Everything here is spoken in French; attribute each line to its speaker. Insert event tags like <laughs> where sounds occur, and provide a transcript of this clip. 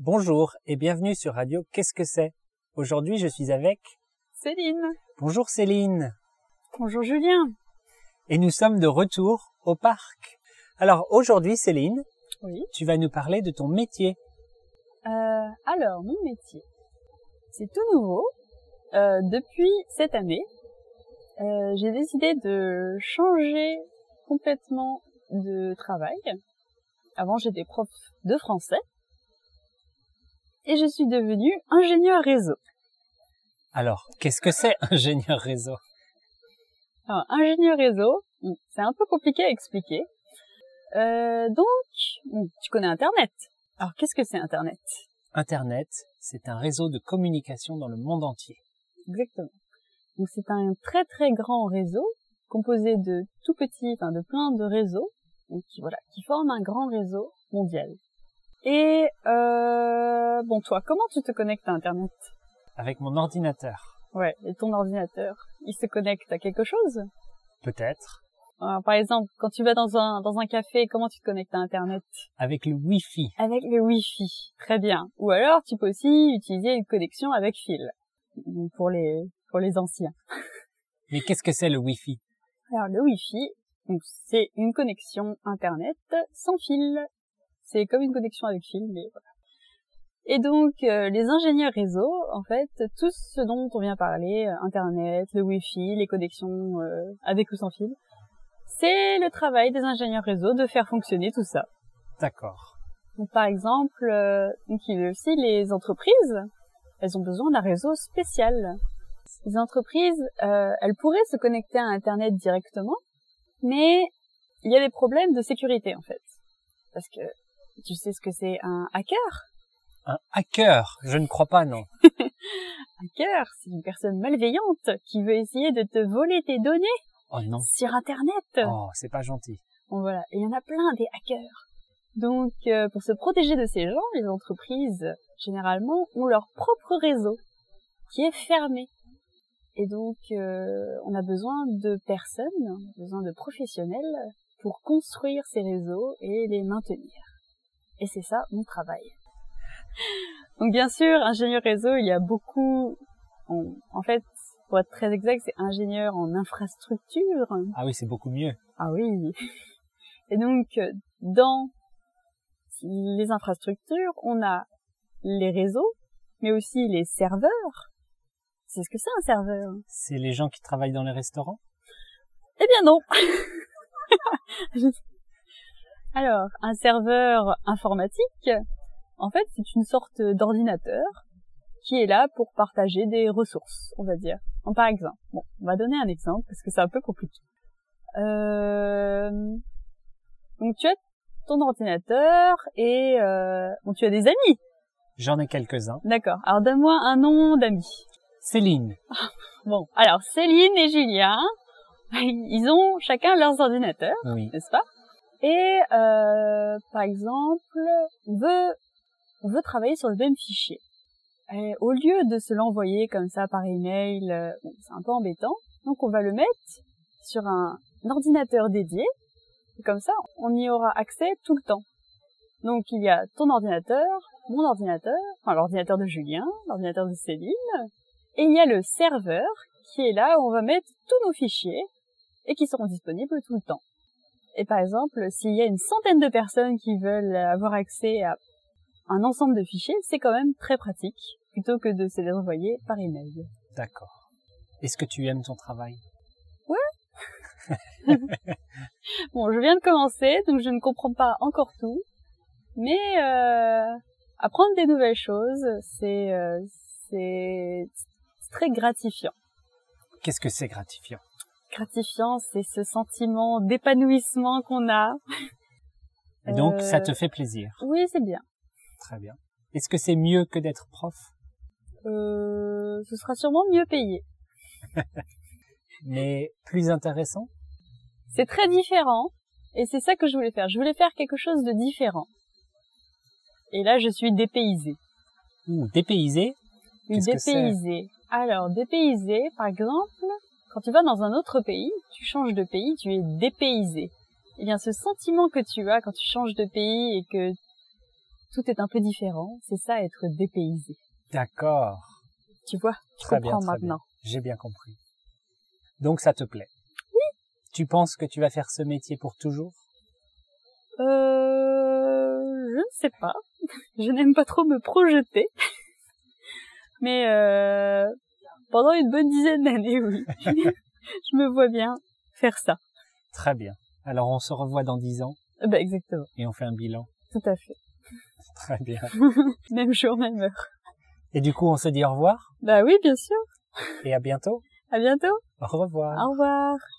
Speaker 1: Bonjour et bienvenue sur Radio Qu'est-ce que c'est Aujourd'hui, je suis avec
Speaker 2: Céline.
Speaker 1: Bonjour Céline
Speaker 2: Bonjour Julien.
Speaker 1: et nous sommes de retour au parc. Alors aujourd'hui, Céline,
Speaker 2: Oui.
Speaker 1: tu vas nous parler de ton métier.
Speaker 2: Euh, alors, mon métier, c'est tout nouveau. Euh, depuis cette année, euh, j'ai décidé de changer complètement de travail. Avant, j'étais prof de français. Et je suis devenue ingénieur réseau.
Speaker 1: Alors, qu'est-ce que c'est <laughs> ingénieur réseau
Speaker 2: Alors, ingénieur réseau, bon, c'est un peu compliqué à expliquer. Euh, donc, bon, tu connais Internet. Alors, qu'est-ce que c'est Internet
Speaker 1: Internet, c'est un réseau de communication dans le monde entier.
Speaker 2: Exactement. Donc c'est un très très grand réseau composé de tout petits, enfin de plein de réseaux, donc qui voilà, qui forment un grand réseau mondial. Et euh, bon toi, comment tu te connectes à Internet
Speaker 1: Avec mon ordinateur,
Speaker 2: Ouais. Et ton ordinateur, il se connecte à quelque chose
Speaker 1: peut-être,
Speaker 2: Alors, Par exemple, quand tu vas dans un dans un café, comment tu te connectes à Internet
Speaker 1: avec le Wi-Fi.
Speaker 2: Avec le Wi-Fi. Très bien. Ou alors tu peux aussi utiliser une connexion avec fil pour les pour les anciens.
Speaker 1: Mais qu'est-ce que c'est le Wi-Fi
Speaker 2: Alors le Wi-Fi, donc, c'est une connexion Internet sans fil. C'est comme une connexion avec fil, mais voilà. Et donc euh, les ingénieurs réseau, en fait, tout ce dont on vient parler, euh, Internet, le Wi-Fi, les connexions euh, avec ou sans fil, c'est le travail des ingénieurs réseau de faire fonctionner tout ça.
Speaker 1: D'accord.
Speaker 2: Donc, par exemple, euh, donc, il y a aussi les entreprises, elles ont besoin d'un réseau spécial. Les entreprises, euh, elles pourraient se connecter à Internet directement, mais il y a des problèmes de sécurité en fait. Parce que tu sais ce que c'est un hacker
Speaker 1: Un hacker Je ne crois pas, non.
Speaker 2: Hacker, c'est une personne malveillante qui veut essayer de te voler tes données
Speaker 1: Oh non.
Speaker 2: sur Internet.
Speaker 1: Oh, c'est pas gentil.
Speaker 2: Bon, voilà, Et il y en a plein des hackers. Donc, euh, pour se protéger de ces gens, les entreprises, généralement, ont leur propre réseau qui est fermé. Et donc, euh, on a besoin de personnes, on a besoin de professionnels pour construire ces réseaux et les maintenir. Et c'est ça mon travail. <laughs> Donc, bien sûr, ingénieur réseau, il y a beaucoup... en- en fait, pour être très exact, c'est ingénieur en infrastructure,
Speaker 1: Ah oui, c'est beaucoup mieux.
Speaker 2: ah oui. Et donc, euh, dans les infrastructures, on a les réseaux, mais aussi les serveurs. C'est ce que c'est un serveur
Speaker 1: C'est les gens qui travaillent dans les restaurants
Speaker 2: Eh bien non <laughs> Alors, un serveur informatique, en fait, c'est une sorte d'ordinateur qui est là pour partager des ressources, on va dire. Donc, par exemple, bon, on va donner un exemple parce que c'est un peu compliqué. Euh, Donc tu as ton ordinateur et euh, bon, tu as des amis,
Speaker 1: J'en ai quelques-uns.
Speaker 2: d'accord. Alors donne-moi un nom d'amis.
Speaker 1: Céline,
Speaker 2: Bon, alors Céline et Julien, <laughs> ils ont chacun leurs ordinateurs.
Speaker 1: oui.
Speaker 2: n'est-ce pas Et euh, par exemple, on veut, on veut travailler sur le même fichier. Et au lieu de se l'envoyer comme ça par email, euh, bon, c'est un peu embêtant, donc on va le mettre sur un, un ordinateur dédié. Et comme ça, on y aura accès tout le temps. Donc il y a ton ordinateur, mon ordinateur, enfin l'ordinateur de Julien, l'ordinateur de Céline, et il y a le serveur qui est là où on va mettre tous nos fichiers et qui seront disponibles tout le temps. Et par exemple, s'il y a une centaine de personnes qui veulent avoir accès à un ensemble de fichiers, c'est quand même très pratique plutôt que de se les envoyer par email.
Speaker 1: D'accord. Est-ce que tu aimes ton travail
Speaker 2: Bon, je viens de commencer, donc je ne comprends pas encore tout, mais euh, apprendre des nouvelles choses, c'est euh, c'est c'est très gratifiant.
Speaker 1: Qu'est-ce que c'est gratifiant
Speaker 2: Gratifiant, c'est ce sentiment d'épanouissement qu'on a.
Speaker 1: Et donc,
Speaker 2: Euh,
Speaker 1: ça te fait plaisir.
Speaker 2: Oui, c'est bien.
Speaker 1: Très bien. Est-ce que c'est mieux que d'être prof
Speaker 2: Euh, ce sera sûrement mieux payé.
Speaker 1: mais plus intéressant.
Speaker 2: C'est très différent et c'est ça que je voulais faire. Je voulais faire quelque chose de différent. Et là, je suis dépaysée.
Speaker 1: Ou dépaysé,
Speaker 2: Une
Speaker 1: Qu'est-ce que c'est
Speaker 2: dépaysée. Alors, dépaysée, par exemple, quand tu vas dans un autre pays, tu changes de pays, tu es dépaysée. Eh bien, ce sentiment que tu as quand tu changes de pays et que Tout est un peu différent. C'est ça être dépaysé.
Speaker 1: D'accord.
Speaker 2: Tu vois, je
Speaker 1: Très bien,
Speaker 2: comprends
Speaker 1: très
Speaker 2: maintenant.
Speaker 1: J'ai bien compris. Donc ça te plaît. Tu penses que tu vas faire ce métier pour toujours
Speaker 2: Euh, je ne sais pas. <laughs> Je n'aime pas trop me projeter. <laughs> Mais euh, pendant une bonne dizaine d'années, oui. <laughs> je me vois bien faire ça.
Speaker 1: Très bien. Alors on se revoit dans dix ans
Speaker 2: Euh, Bah exactement,
Speaker 1: et on fait un bilan.
Speaker 2: tout à fait.
Speaker 1: Très bien.
Speaker 2: Même jour, même heure.
Speaker 1: Et du coup, on se dit au revoir
Speaker 2: Bah oui, bien sûr.
Speaker 1: et à bientôt.
Speaker 2: À bientôt.
Speaker 1: Au revoir.
Speaker 2: Au revoir.